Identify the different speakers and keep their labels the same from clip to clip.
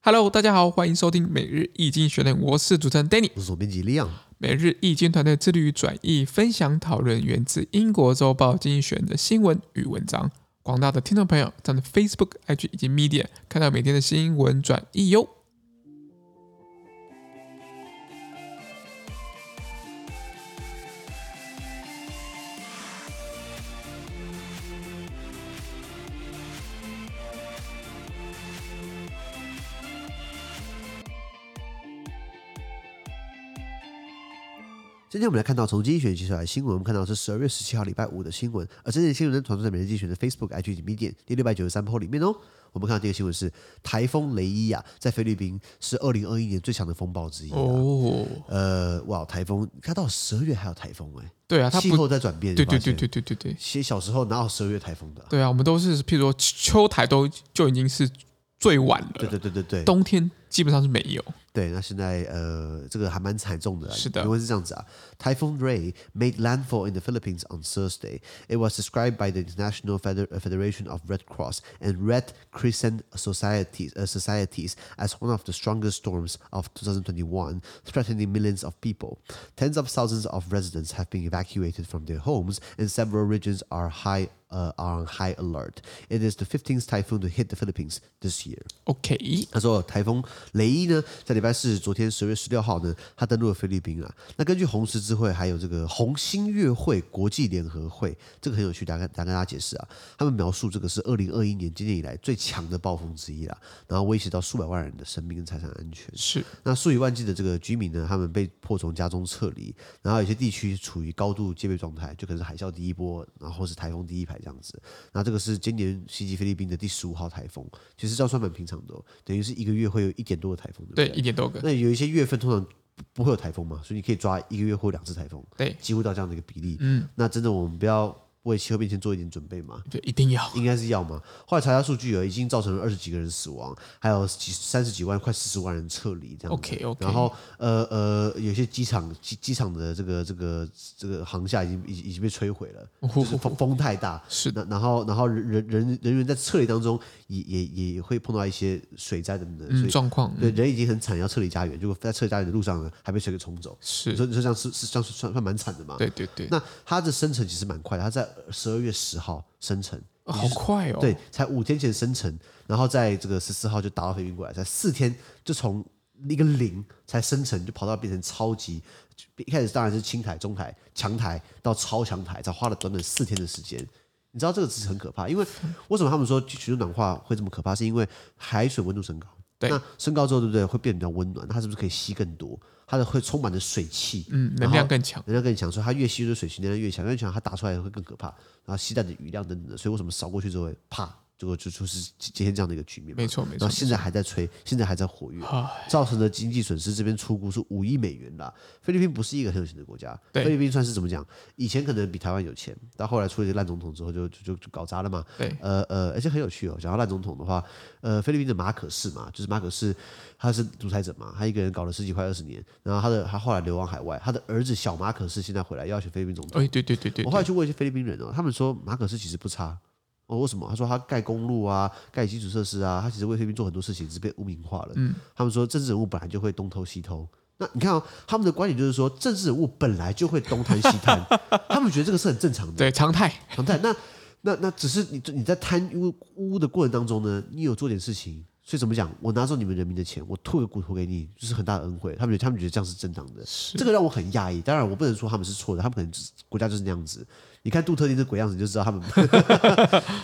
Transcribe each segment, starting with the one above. Speaker 1: Hello，大家好，欢迎收听每日易经学人，我是主持人 Danny。
Speaker 2: 我是总编辑亮。
Speaker 1: 每日易经团队致力于转译、分享、讨论源自英国周报《经济学人》的新闻与文章。广大的听众朋友，在我们的 Facebook、IG 以及 Media 看到每天的新闻转译哟。
Speaker 2: 今天我们来看到从经济学人提出来的新闻，我们看到的是十二月十七号礼拜五的新闻，而这些新闻呢传送在每日经济学人的 Facebook、IG 以及 Medium 第六百九十三波里面哦。我们看到第一个新闻是台风雷伊啊，在菲律宾是二零二一年最强的风暴之一、啊。
Speaker 1: 哦，
Speaker 2: 呃，哇，台风，看到十二月还有台风哎、
Speaker 1: 对啊，它
Speaker 2: 气
Speaker 1: 不，
Speaker 2: 候在转变。
Speaker 1: 对
Speaker 2: 你发
Speaker 1: 对
Speaker 2: 现
Speaker 1: 对对对对对，
Speaker 2: 其实小时候哪有十二月台风的啊、
Speaker 1: 对啊，我们都是，譬如说秋台都就已经是最晚了，
Speaker 2: 对对对对对
Speaker 1: 冬天基本上是没有。
Speaker 2: 对，那现在呃，这个还蛮惨重的啊。
Speaker 1: 是的
Speaker 2: 因为是这样子啊。Typhoon Ray made landfall in the Philippines on Thursday. It was described by the International Feder- uh, Federation of Red Cross and Red Crescent Societies, uh, societies as one of the strongest storms of 2021, threatening millions of people. Tens of thousands of residents have been evacuated from their homes, and several regions are high. Uh, are on high alert. It is the 15th typhoon to hit the Philippines this year.
Speaker 1: OK，
Speaker 2: 他说，台风雷伊呢，在礼拜四，昨天十月十六号呢，他登陆了菲律宾啊。那根据红十字会还有这个红星月会国际联合会，这个很有趣，大概大概跟大家解释啊。他们描述这个是二零二一年今年以来最强的暴风之一啦，然后威胁到数百万人的生命跟财产安全。
Speaker 1: 是
Speaker 2: 那数以万计的这个居民呢，他们被迫从家中撤离，然后有些地区处于高度戒备状态，就可能是海啸第一波，然后是台风第一排这样子。那这个是今年袭击菲律宾的第十五号台风，其实这样算蛮平常的、哦，等于是一个月会有一点多的台风，对不
Speaker 1: 对
Speaker 2: 对？
Speaker 1: 一点多个，
Speaker 2: 那有一些月份通常不不会有台风嘛，所以你可以抓一个月或两次台风，
Speaker 1: 对
Speaker 2: 几乎到这样的一个比例。嗯，那真的我们不要为气候变迁做一点准备嘛？
Speaker 1: 对，一定要。
Speaker 2: 应该是要嘛。后来查下数据啊，已经造成了二十几个人死亡，还有几三十几万、快四十万人撤离这样子。
Speaker 1: OK，OK
Speaker 2: 然后呃呃，有些机场机机场的这个这个这个航厦已经已已经被摧毁了，就是风风太大。
Speaker 1: 哦是
Speaker 2: 那然后然后人人人员在撤离当中也也也会碰到一些水灾等等，所
Speaker 1: 嗯，
Speaker 2: 以。
Speaker 1: 状况
Speaker 2: 对，人已经很惨，要撤离家园，结果在撤离家园的路上呢，还被水给冲走。你
Speaker 1: 是，
Speaker 2: 说你说这样是是这样算算算蛮惨的嘛？
Speaker 1: 对对对，
Speaker 2: 那它的生成其实蛮快的，它在十二月十号生成，
Speaker 1: 哦好快哦。
Speaker 2: 对，才五天前生成，然后在这个十四号就打到菲律宾过来，才四天就从一个零才生成，就跑到变成超级，就一开始当然是轻台、中台、强台到超强台，才花了短短四天的时间。你知道这个是很可怕，因为为什么他们说全球暖化会这么可怕？是因为海水温度升高，
Speaker 1: 对
Speaker 2: 那升高之后，对不对？会变得比较温暖，那它是不是可以吸更多？它的会充满着水汽，
Speaker 1: 嗯，能量更强。
Speaker 2: 人家跟你讲说，它越吸入的水汽能量越强，越强它打出来会更可怕，然后吸带的雨量等等的，所以为什么扫过去之后会啪，结果就就是今天这样的一个局面嘛
Speaker 1: 没。错没
Speaker 2: 然后
Speaker 1: 错，
Speaker 2: 现在还在吹，现在还在活跃，
Speaker 1: 唉
Speaker 2: 造成的经济损失这边出估是五亿美元啦。菲律宾不是一个很有钱的国家，
Speaker 1: 对
Speaker 2: 菲律宾算是怎么讲？以前可能比台湾有钱，到后来出了一个烂总统之后就，就就就搞砸了嘛。
Speaker 1: 对，
Speaker 2: 呃呃，而且很有趣哦。讲到烂总统的话，呃，菲律宾的马可仕嘛，就是马可仕，他是独裁者嘛，他一个人搞了十几快二十年，然后他的他后来流亡海外，他的儿子小马可仕现在回来又要选菲律宾总统。
Speaker 1: 哎，对对对对
Speaker 2: 我，后来去问一些菲律宾人哦，他们说马可仕其实不差。哦，为什么？他说他盖公路啊，盖基础设施啊，他其实为菲律宾做很多事情，只是被污名化了。嗯，他们说政治人物本来就会东偷西偷。那你看哦，他们的观点就是说，政治人物本来就会东贪西 贪，他们觉得这个是很正常的。
Speaker 1: 对常态
Speaker 2: 常态。那那那只是你你在贪污污的过程当中呢，你有做点事情，所以怎么讲？我拿走你们人民的钱，我吐个骨头给你，就是很大的恩惠。他们觉得他们觉得这样是正当的，这个让我很讶异。当然，我不能说他们是错的，他们可能就是国家就是那样子。你看杜特地这鬼样子，你就知道他们。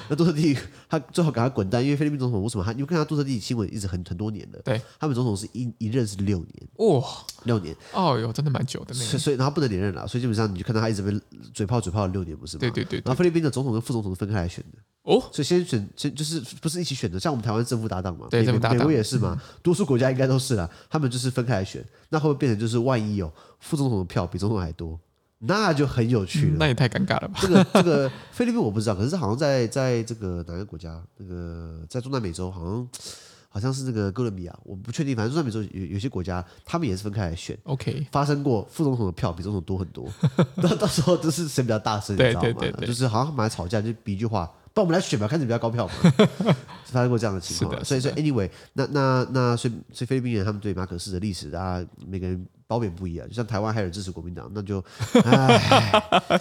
Speaker 2: 那杜特地他最好赶快滚蛋，因为菲律宾总统为什么他？因为看他杜特地新闻一直很很多年了，
Speaker 1: 对，
Speaker 2: 他们总统是一一任是六年，
Speaker 1: 哇，
Speaker 2: 六年。
Speaker 1: 哦哟，真的蛮久的呢。
Speaker 2: 所以所以然后不能连任了，所以基本上你就看到他一直被嘴炮嘴炮了六年，不是吗？
Speaker 1: 对对对对
Speaker 2: 然后菲律宾的总统跟副总统是分开来选的，
Speaker 1: 哦，
Speaker 2: 所以先选先就是不是一起选的，像我们台湾正副搭档嘛，
Speaker 1: 对
Speaker 2: 美
Speaker 1: 正副搭档
Speaker 2: 美国也是嘛，多数国家应该都是啦，他们就是分开来选，那会不会变成就是万一哦，副总统的票比总统还多，那就很有趣了。
Speaker 1: 嗯那也太尴尬了吧？
Speaker 2: 这个这个菲律宾我不知道，可是好像在在这个哪个国家，那个在中南美洲好像好像是那个哥伦比亚，我不确定，反正中南美洲有有些国家他们也是分开来选。
Speaker 1: OK，
Speaker 2: 发生过副总统的票 比总统多很多，到到时候就是谁比较大声，你
Speaker 1: 对
Speaker 2: 知道吗
Speaker 1: 对对？对
Speaker 2: 就是好像他们还吵架，就比一句话，不然我们来选吧，看谁比较高 票嘛。是发生过这样的情况
Speaker 1: 是
Speaker 2: 啊，
Speaker 1: 的
Speaker 2: 所以
Speaker 1: 是
Speaker 2: 所以 anyway，那那那所以所以菲律宾人他们对马可斯的历史，大家每个人褒贬不一啊。就像台湾还有人支持国民党，那就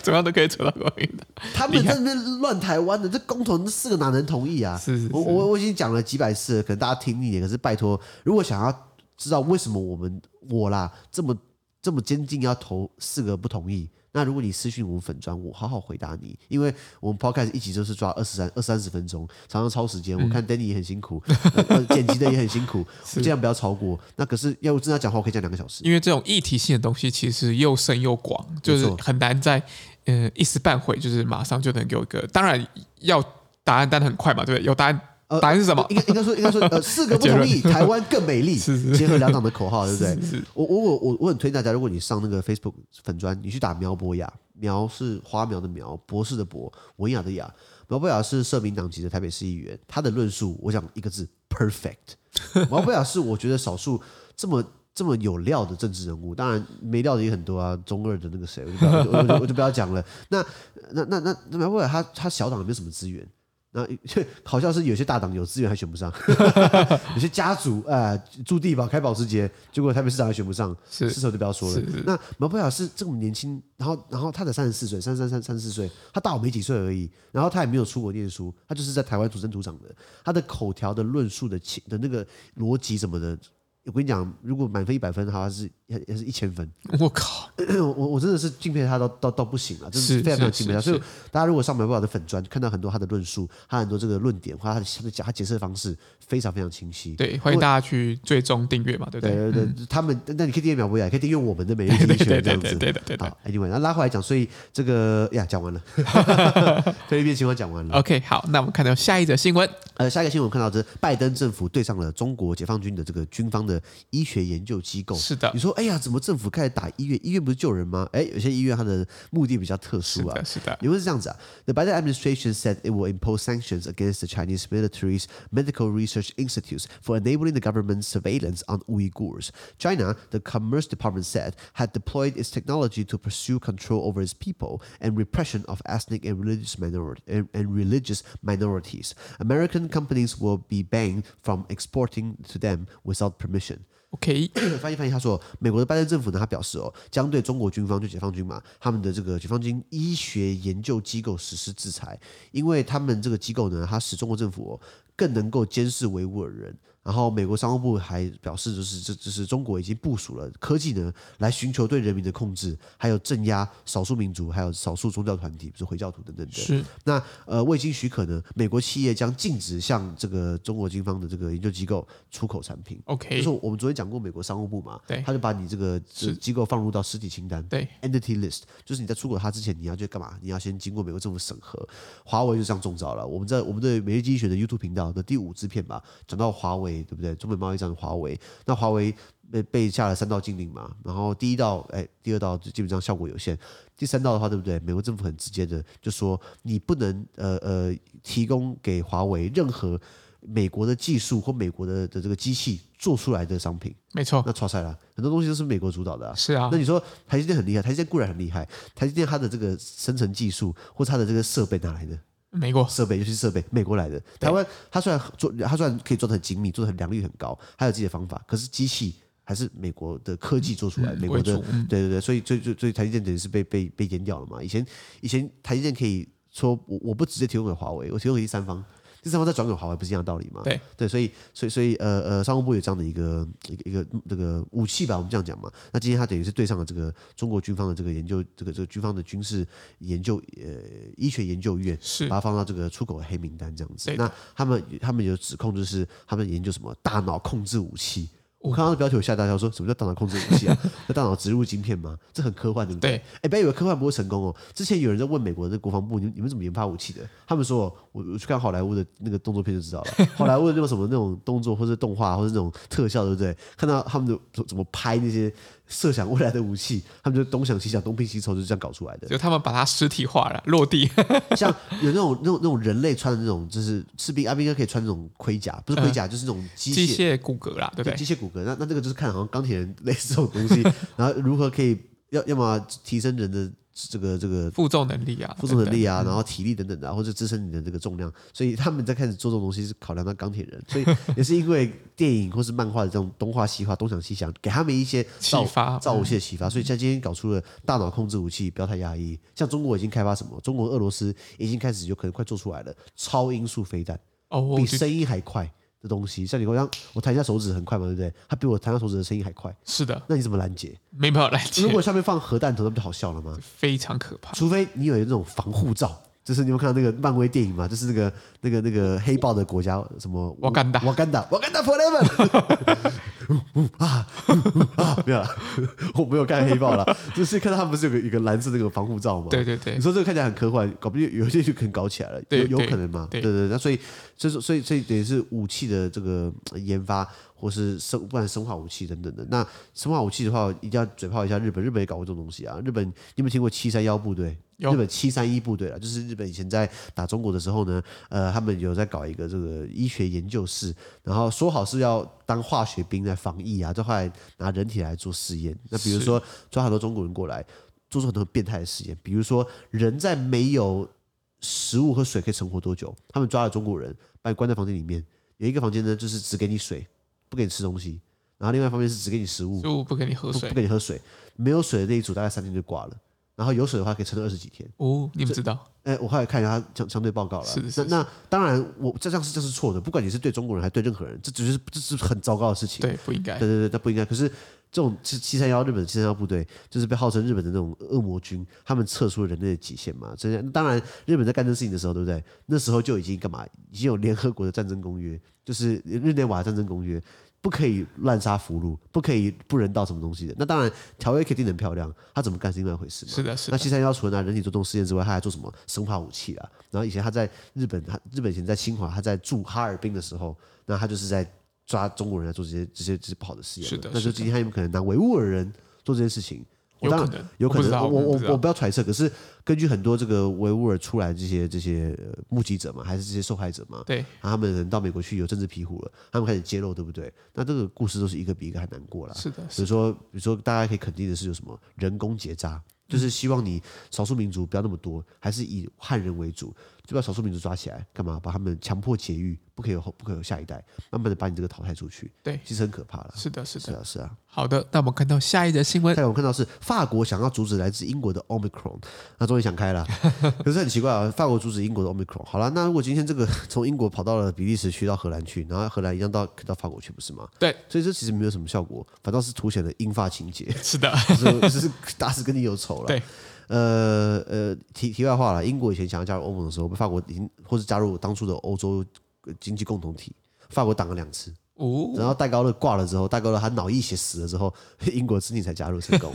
Speaker 1: 怎么样都可以扯到国民党。
Speaker 2: 他们在那边乱台湾的，这公投那四个哪能同意啊？
Speaker 1: 是是是
Speaker 2: 我我我已经讲了几百次了，可能大家听腻了。可是拜托，如果想要知道为什么我们我啦这么这么坚定要投四个不同意，那如果你私信我们粉砖，我好好回答你，因为我们 podcast 一集就是抓二十三二三十分钟，常常超时
Speaker 1: 嗯
Speaker 2: 间。我看 Danny 也很辛苦，呃呃剪辑的也很辛 苦，尽量不要超过。那可是要我真的要讲话，我可以讲两个小时。
Speaker 1: 因为这种议题性的东西其实又深又广，就是很难在呃一时半会就是马上就能给我一个。当然要答案，但很快嘛，对不对？有答案，
Speaker 2: 呃
Speaker 1: 答案是什么？
Speaker 2: 应该应该说应该说呃，四个不 同意，台湾更美丽，
Speaker 1: 是是
Speaker 2: 结合两党的口号，对不对？
Speaker 1: 是是
Speaker 2: 我我我我我很推荐大家，如果你上那个 Facebook 粉砖，你去打苗博雅，苗是花苗的苗，博士的博，文雅的雅。苗博雅是社民党籍的台北市议员，他的论述我讲一个字，perfect。苗 博雅是我觉得少数这么。这么有料的政治人物，当然没料的也很多啊。中二的那个谁，我就不要我就我就我就不要讲了。那那那那那苗博雅他他小党没有什么资源，那 好像是有些大党有资源还选不上，有些家族啊、呃、住地堡开保时捷，结果台北市长还选不上，
Speaker 1: 是
Speaker 2: 是时候就不要说了。
Speaker 1: 是是
Speaker 2: 那毛不雅是这么年轻，然后然后他才三十四岁，三三三三四岁，他大我没几岁而已。然后他也没有出国念书，他就是在台湾土生土长的。他的口条的论述的情的那个逻辑什么的，我跟你讲，如果满分一百分的话，他是也也是一千分。
Speaker 1: 我靠，
Speaker 2: 我我真的是敬佩他到到到不行啊，真的是
Speaker 1: 是
Speaker 2: 非常非常
Speaker 1: 是
Speaker 2: 敬佩他。
Speaker 1: 是
Speaker 2: 所以大家如果上买不了的粉砖，看到很多他的论述，他很多这个论点，或者他的他的他解释的方式非常非常清晰。
Speaker 1: 对，欢迎大家去追踪订阅嘛，对不对？
Speaker 2: 对对对，他们呃那你可以订阅秒不雅，也可以订阅我们的每日精选
Speaker 1: 嗯对
Speaker 2: 这
Speaker 1: 对
Speaker 2: 样子
Speaker 1: 对。对对对对
Speaker 2: 好。，Anyway，那拉回来讲，所以这个呀 讲完了，菲律宾情况讲完了。
Speaker 1: OK，好，那我们看到下一则新闻。
Speaker 2: 呃，下一个新闻我看到的是拜登政府对上了中国解放军的这个军方的医学研究机构。
Speaker 1: 是的
Speaker 2: 你，说，哎呀，怎么政府开始打医院？医院不是救人吗？哎，有些医院它的目的比较特
Speaker 1: 是
Speaker 2: 殊啊
Speaker 1: 的，。是的，
Speaker 2: 因为是这样子啊，The Biden administration said it will impose sanctions against the Chinese military's medical research institutes for enabling the government's surveillance on Uyghurs. China, the Commerce Department said, had deployed its technology to pursue control over its people and repression of ethnic and religious minority and, and religious minorities. American companies will be banned from exporting to them without permission.
Speaker 1: ，OK，
Speaker 2: 翻译嗯翻译，他说，美国的拜登政府呢，他表示哦，将对中国军方就解放军嘛，他们的这个解放军医学研究机构实施制裁，因为他们这个机构呢，它使中国政府、哦、更能够监视维吾尔人。然后，美国商务部还表示，就是这就是中国已呃经部署了科技呢，来寻求对人民的控制，还有镇压少数民族，还有少数宗教团体，比如说回教徒等等的。
Speaker 1: 是
Speaker 2: 那呃，未经许可呢，美国企业将禁止向这个中国军方的这个研究机构出口产品。就
Speaker 1: OK，
Speaker 2: 是我们昨天讲过美国商务部嘛，
Speaker 1: 对
Speaker 2: 他就把你这个这机构放入到实体清单，
Speaker 1: 对
Speaker 2: ，entity list，就是你在出口它之前你要去干嘛？你要先经过美国政府审核。华为就这样中招了。我们在我们对每日经济学的 YouTube 频道的第五支片吧，讲到华为，对不对？中美贸易战的华为，那华为被被下了三道禁令嘛，然后第一道，哎，第二道就基本上效果有限。第三道的话，对不对？美国政府很直接的就说，你不能呃呃提供给华为任何美国的技术或美国的的这个机器做出来的商品。
Speaker 1: 没错，
Speaker 2: 那超赛啦，很多东西都是美国主导的啊。
Speaker 1: 是啊
Speaker 2: 那，你说台积电很厉害，台积电固然很厉害，台积电它的这个生成技术或它的这个设备哪来的？
Speaker 1: 美国
Speaker 2: 设备尤其是设备，美国来的。台湾它虽然做，它虽然可以做的很精密，做的很良率很高，还有自己的方法，可是机器还是美国的科技做出来，
Speaker 1: 嗯
Speaker 2: 美国的
Speaker 1: 为主嗯
Speaker 2: 对对对，所以所以所以所以台积电等于是被被被淹掉了嘛。以前以前台积电可以说我我不直接提供给华为，我提供给第三方。第三方再转给华为，不是一样的道理吗？
Speaker 1: 对
Speaker 2: 对，所以所以所以呃呃，商务部有这样的一个一个一个这个武器吧，我们这样讲嘛。那今天他等于是对上了这个中国军方的这个研究，这个这个军方的军事研究呃医学研究院，
Speaker 1: 是
Speaker 2: 把它放到这个出口的黑名单这样子
Speaker 1: 嗯对。的
Speaker 2: 那他们他们有指控，就是他们研究什么大脑控制武器。我看到标题我吓大跳，说什么叫大脑控制武器啊？那大脑植入晶片吗？这很科幻，对不对
Speaker 1: 对？
Speaker 2: 哎，不要以为科幻不会成功哦。之前有人在问美国的国防部，你们你们怎么研发武器的？他们说，我我去看好莱坞的那个动作片就知道了。好莱坞的那种什么那种动作，或是动画，或是那种特效，对不对？看到他们的怎怎么拍那些设想未来的武器，他们就东想西想，东拼西凑，就是这样搞出来的。
Speaker 1: 就他们把它实体化了，落地。
Speaker 2: 像有那种那种那种人类穿的那种，就是士兵阿兵哥可以穿那种盔甲，不是盔甲，就是那种机
Speaker 1: 嗯机
Speaker 2: 械
Speaker 1: 械骨骼啦，对不
Speaker 2: 对
Speaker 1: 对？
Speaker 2: 机械骨骼。那那那个就是看好像钢铁人类似这种东西，然后如何可以要要么提升人的这个这个
Speaker 1: 负重能力啊，
Speaker 2: 负重能力啊，
Speaker 1: 对不对
Speaker 2: 然后体力等等的啊，或者支撑你的这个重量。所以他们在开始做这种东西是考量到钢铁人，所以也是因为电影或是漫画的这种东画西画、东想西想，给他们一些造
Speaker 1: 启发嗯
Speaker 2: 造物性的启发。所以像今天搞出了大脑控制武器，不要太压抑。像中国已经开发什么？中国、俄罗斯已经开始有可能快做出来了，超音速飞弹，
Speaker 1: 哦，我
Speaker 2: 比
Speaker 1: 觉得
Speaker 2: 声音还快的东西。像你刚刚我弹一下手指很快嘛，对不对？它比我弹一下手指的声音还快，
Speaker 1: 是的，
Speaker 2: 那你怎么拦截？
Speaker 1: 没办法来接
Speaker 2: 如，果下面放核弹头，那不就好笑了吗？
Speaker 1: 非常可怕。
Speaker 2: 除非你有那种防护罩，就是你有没有看到那个漫威电影嘛？就是那个那个那个黑豹的国家什么
Speaker 1: 瓦干达
Speaker 2: 瓦干达，瓦干达 forever，呜 呜啊呜呜啊，没有啦， 我没有看黑豹啦，就是看到他们不是有个一个蓝色那个防护罩吗？
Speaker 1: 对对对
Speaker 2: 你，说这个看起来很科幻，搞不定有些就可能搞起来了，
Speaker 1: 对
Speaker 2: 有有
Speaker 1: 对
Speaker 2: 可能嘛？
Speaker 1: 对
Speaker 2: 对那所以所以所以所以等于是武器的这个呃研发，或是生不然生化武器等等的。那生化武器的话，一定要嘴炮一下日本，日本也搞过这种东西啊。日本你有没有听过七三幺部队？
Speaker 1: 有
Speaker 2: 日本七三一部队啊，就是日本以前在打中国的时候呢，呃，他们有在搞一个这个医学研究室，然后说好是要当化学兵来防疫啊，这后来拿人体来做试验。那比如
Speaker 1: 是
Speaker 2: 说抓很多中国人过来，做出很多变态的实验，比如说人在没有食物和水可以存活多久，他们抓了中国人，把你关在房间里面，有一个房间呢就是只给你水，不给你吃东西，然后另外一方面是只给你食物，
Speaker 1: 就不给你喝
Speaker 2: 不
Speaker 1: 水
Speaker 2: 不给你喝水，没有水的那一组大概三天就挂了，然后有水的话可以撑到二十几天。
Speaker 1: 哦，你们知道
Speaker 2: 哎，我后来看一下他相相对报告了。
Speaker 1: 是是
Speaker 2: 那那当然我，这样是这是错的，不管你是对中国人还是对任何人，这只是这是很糟糕的事情。
Speaker 1: 对不应该
Speaker 2: 对对对，那不应该。可是这种七七三幺日本七三幺部队，就是被号称日本的那种恶魔军，他们测出了人类的极限嘛。这样当然，日本在干这事情的时候，对不对？那时候就已经干嘛？已经有联合国的战争公约，就是日内瓦战争公约。不可以滥杀俘虏，不可以不人道什么东西的。那当然，条约可以定得很漂亮，他怎么干是另外一回事嘛。
Speaker 1: 是的是
Speaker 2: 那
Speaker 1: 的，
Speaker 2: 七三幺除了拿人体做动实验之外，他还做什么生化武器啊？然后以前他在日本，他日本以前在清华，他在驻哈尔滨的时候，那他就是在抓中国人来做这些这些这些不好的实验嘛。
Speaker 1: 是的
Speaker 2: 那
Speaker 1: 是
Speaker 2: 就
Speaker 1: 的
Speaker 2: 今天他有没有可能拿维吾尔人做这件事情？我
Speaker 1: 有
Speaker 2: 当
Speaker 1: 可
Speaker 2: 然
Speaker 1: 能
Speaker 2: 有可
Speaker 1: 我不知
Speaker 2: 能，
Speaker 1: 道
Speaker 2: 我
Speaker 1: 我
Speaker 2: 我
Speaker 1: 不知道
Speaker 2: 我不要揣测，可是根据很多这个维吾尔出来的这些这些呃目击者嘛，还是这些受害者嘛，
Speaker 1: 对
Speaker 2: 然后他们人到美国去有政治庇护了，他们开始揭露，对不对？那这个故事都是一个比一个还难过啦。
Speaker 1: 是的
Speaker 2: 比如说，比如说，大家可以肯定的是有什么人工结扎，就是希望你少数民族不要那么多，还是以汉人为主，就把少数民族抓起来，干嘛？把他们强迫节育，不可以有后，不可以有下一代，慢慢的把你这个淘汰出去，
Speaker 1: 对
Speaker 2: 其实很可怕了。
Speaker 1: 是的是
Speaker 2: 是
Speaker 1: 的，
Speaker 2: 啊，是啊。
Speaker 1: 好的，那我们看到下一则新闻
Speaker 2: 再来我们看到是法国想要阻止来自英国的 Omicron，那终于想开了。 可是很奇怪啊，法国阻止英国的 Omicron。好了，那如果今天这个 从英国跑到了比利时去，到荷兰去，然后荷兰一样到到法国去，不是吗？
Speaker 1: 对，
Speaker 2: 所以这其实没有什么效果，反倒是凸显了英法情结。
Speaker 1: 是的，
Speaker 2: 就是就是打死跟你有仇了。
Speaker 1: 对，
Speaker 2: 呃呃，题题外话了，英国以前想要加入欧盟的时候，被法国已经或是加入当初的欧洲呃经济共同体，法国挡了两次。
Speaker 1: 哦，
Speaker 2: 然后戴高乐挂了之后，戴高乐他脑溢血死了之后，英国申请才加入成功，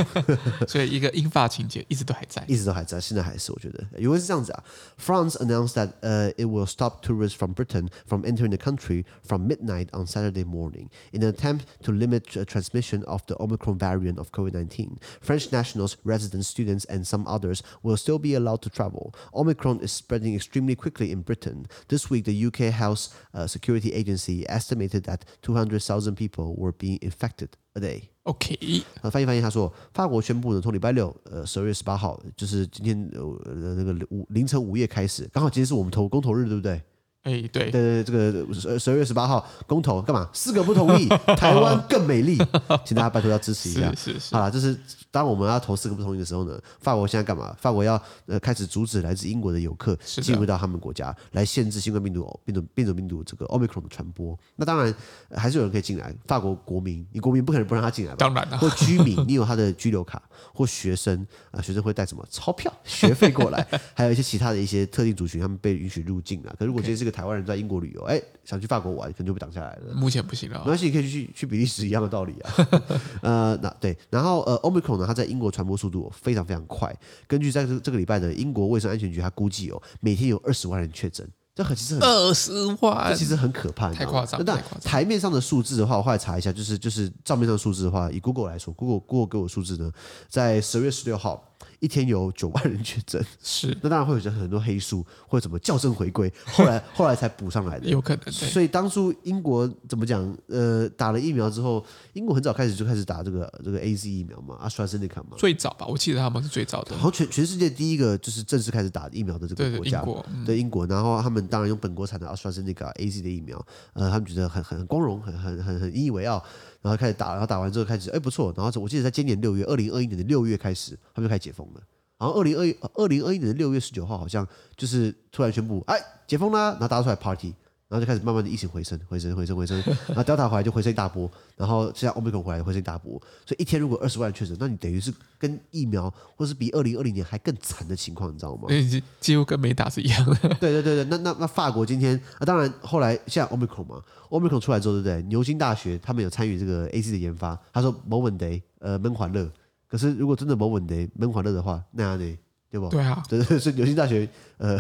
Speaker 1: 所以一个英法情节一直都还在。
Speaker 2: 一直都还在，现在还是我觉得，因为是这样子啊。France announced that 呃、it will stop tourists from Britain from entering the country from midnight on Saturday morning in an attempt to limit the transmission of the Omicron variant of COVID-19. French nationals, resident students, and some others will still be allowed to travel. Omicron is spreading extremely quickly in Britain. This week, the UK House uh, Security Agency estimated that 200,000 people were being infected a day.
Speaker 1: OK，
Speaker 2: 呃，翻译翻译，他说，法国宣布呢，从礼拜六，呃，十二月十八号，就是今天呃那个午凌晨午夜开始，刚好今天是我们投公投日，对不对？
Speaker 1: 哎，对，
Speaker 2: 对对，对这个十二月十八号公投干嘛？四个不同意，台湾更美 丽，请大家拜托要支持一下
Speaker 1: 是。是是，
Speaker 2: 好啦，就是当我们要投四个不同意的时候呢，法国现在干嘛？法国要呃开始阻止来自英国的游客
Speaker 1: 是的
Speaker 2: 进入到他们国家，来限制新冠病毒变种变种病毒这个 omicron 的传播。那当然、呃还是有人可以进来，法国国民，你国民不可能不让他进来吧？
Speaker 1: 当然了，
Speaker 2: 或居民，你有他的居留卡，或学生啊、学生会带什么钞票、学费过来，还有一些其他的一些特定族群，他们被允许入境啊。可如果今天是个台湾人在英国旅游，哎，想去法国玩，可能就被挡下来了。
Speaker 1: 目前不行了
Speaker 2: 没
Speaker 1: 哦。
Speaker 2: 关系，你可以去去比利时一样的道理啊。 呃，那对，然后呃，omicron 呢，它在英国传播速度非常非常快。根据在这这个礼拜的英国卫生安全局，它估计哦，每天有二十万人确诊，这很其实很
Speaker 1: 二十
Speaker 2: 这
Speaker 1: 万
Speaker 2: 其实很可怕，你知道吗
Speaker 1: 啊太夸张
Speaker 2: 那当
Speaker 1: 太
Speaker 2: 然
Speaker 1: 夸张
Speaker 2: 台面上的数字的话，我后来查一下，就是就是账面上的数字的话，以 Google 来说，Google Google 给我数字呢，在十月十六号，一天有九万人确诊，
Speaker 1: 是
Speaker 2: 那当然会有很多黑数，或者怎么校正回 归，后来后来才补上来的。
Speaker 1: 有可能对，
Speaker 2: 所以当初英国怎么讲？呃，打了疫苗之后，英国很早开始就开始打这个这个 A Z 疫苗嘛，AstraZeneca 嘛，
Speaker 1: 最早吧，我记得他们是最早的
Speaker 2: 好，像全全世界第一个就是正式开始打疫苗的这
Speaker 1: 对
Speaker 2: 个
Speaker 1: 对，
Speaker 2: 国
Speaker 1: 英
Speaker 2: 家，
Speaker 1: 国，嗯
Speaker 2: 对英国，然后他们当然用本国产的 AstraZeneca A Z 的疫苗，呃，他们觉得很很很光荣，很很很很引以为傲，然后开始打，然后打完之后开始，哎，不错，然后我记得在今年六月，二零二一年的六月开始，他们就开始解封了。然后二零二二零二一年的六月十九号，好像就是突然宣布，哎，解封啦，然后大家出来 party，然后就开始慢慢的疫情回升，回升，回升，回升，然后 Delta 回来就回升一大波，然后现在 Omicron 回来回升一大波，所以一天如果二十万人确诊，那你等于是跟疫苗或是比二零二零年还更惨的情况，你知道吗？
Speaker 1: 那已经几乎跟没打是一样的，
Speaker 2: 对对对对，那那那法国今天啊，当然后来像 Omicron 嘛，Omicron 出来之后，对不对？牛津大学他们有参与这个 A C 的研发，他说某稳得呃闷环乐，可是如果真的某稳得闷环乐的话，那样呢，对不？
Speaker 1: 对啊，
Speaker 2: 对对，所以牛津大学呃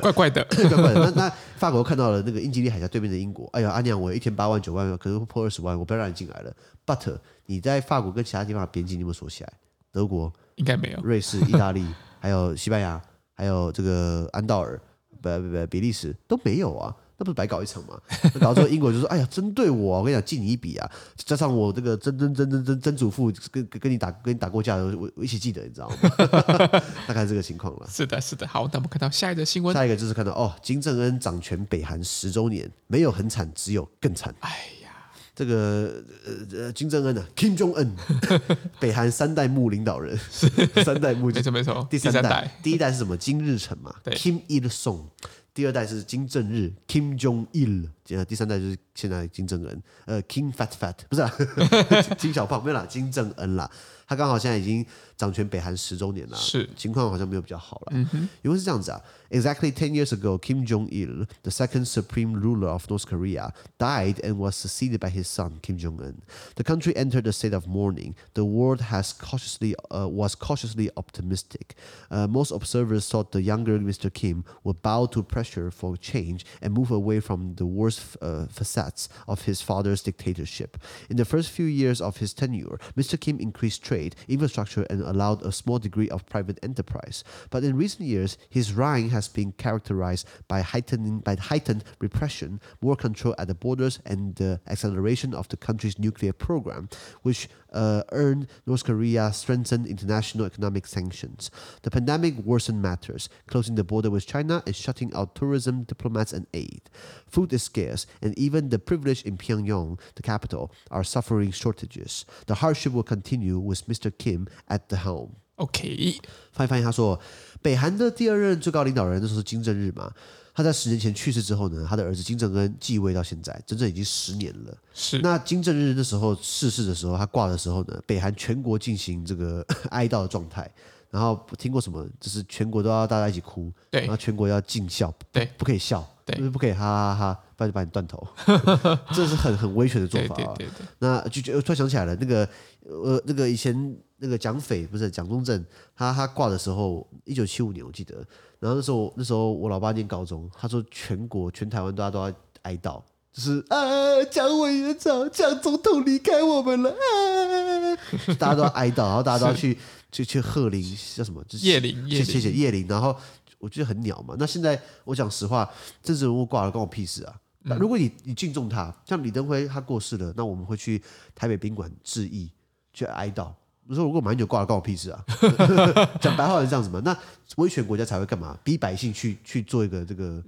Speaker 1: 怪怪的，
Speaker 2: 怪怪的。那那法国看到了那个英吉利海峡对面的英国，哎呀，阿娘，我一天八万九万，可能会破二十万，我不要让你进来了。But 你在法国跟其他地方的边境你有没有锁起来？德国、
Speaker 1: 应该没有，
Speaker 2: 瑞士、意大利，还有西班牙，还有这个安道尔，不不不，比利时都没有啊。那不是白搞一场吗？那搞到最后，英国就说：“哎呀，针对我啊，我跟你讲，记你一笔啊！加上我这个曾曾曾曾曾曾祖父跟跟跟你打跟你打过架，我我一起记得，你知道吗？ 大概是这个情况了。
Speaker 1: 是的，是的。好，那我们看到下一则新闻，
Speaker 2: 下一个就是看到哦，金正恩掌权北韩十周年，没有很惨，只有更惨。
Speaker 1: 哎呀，
Speaker 2: 这个呃呃，金正恩啊，Kim Jong Un，北 韩三代目领导人，三代目
Speaker 1: 没错没错，
Speaker 2: 第
Speaker 1: 哦第
Speaker 2: 三
Speaker 1: 三
Speaker 2: 代
Speaker 1: 代，，
Speaker 2: 第一代是什么？金日成嘛
Speaker 1: 对
Speaker 2: ，Kim Il Sung。第二代是金正日，Kim Jong Il。呃，第三代就是现在的金正恩，呃，Kim Fat Fat 不是 啦，金小胖没有啦，金正恩啦。他刚好现在已经掌权北韩十周年啦，
Speaker 1: 是
Speaker 2: 情况好像没有比较好了。因为是这样子啊，Exactly ten years ago, Kim Jong Il, the second supreme ruler of North Korea, died and was succeeded by his son Kim Jong Un. The country entered a state of mourning. The world has cautiously uh, was cautiously optimistic. Uh, most observers thought the younger Mr. Kim would bow to pressure for change and move away from the worst uh, facets of his father's dictatorship. In the first few years of his tenure, Mr. Kim increased trade, infrastructure, and allowed a small degree of private enterprise. But in recent years, his reign has been characterized by heightening by heightened repression, more control at the borders, and the acceleration of the country's nuclear program, which uh, earned North Korea strengthened international economic sanctions. The pandemic worsened matters, closing the border with China and shutting out tourism, diplomats, and aid. Food is scarce, and even the privileged in Pyongyang, the capital, are suffering shortages. The hardship will continue with Mr. Kim at the helm.
Speaker 1: OK，
Speaker 2: 翻译翻译，他说，北韩的第二任最高领导人那时候是金正日嘛，他在十年前去世之后呢，他的儿子金正恩继位到现在，整整已经十年了。
Speaker 1: 是
Speaker 2: 那金正日那时候逝世的时候，他挂的时候呢，北韩全国进行这个 哀悼的状态，然后听过什么，就是全国都要大家一起哭，
Speaker 1: 对
Speaker 2: 然后全国要尽孝，
Speaker 1: 对
Speaker 2: 不可以笑，
Speaker 1: 对
Speaker 2: 就是不可以哈哈哈哈，不然就把你断 头，这是很很威权的做
Speaker 1: 对
Speaker 2: 法
Speaker 1: 对
Speaker 2: 啊。
Speaker 1: 对对，
Speaker 2: 那就就突然想起来了，那个呃，那个以前那个蒋匪不是蒋中正，他他挂的时候，一九七五年我记得，然后那时候那时候我老爸念高中，他说全国全台湾大家都要哀悼，就是啊，蒋委员长、蒋总统离开我们了，啊， 大家都要哀悼，然后大家都要去去去贺林叫什么？就是
Speaker 1: 叶林叶
Speaker 2: 谢谢
Speaker 1: 林，
Speaker 2: 谢叶林，然后我觉得很鸟嘛。那现在我讲实话，政治人物挂了关我屁事啊。
Speaker 1: 嗯
Speaker 2: 那如果你你敬重他，像李登辉他过世了，那我们会去台北宾馆致意，去哀悼。我说如果马英九挂了关我屁 事啊，讲白话是这样子嘛。那威权国家才会干嘛？逼百姓去去做一个这个，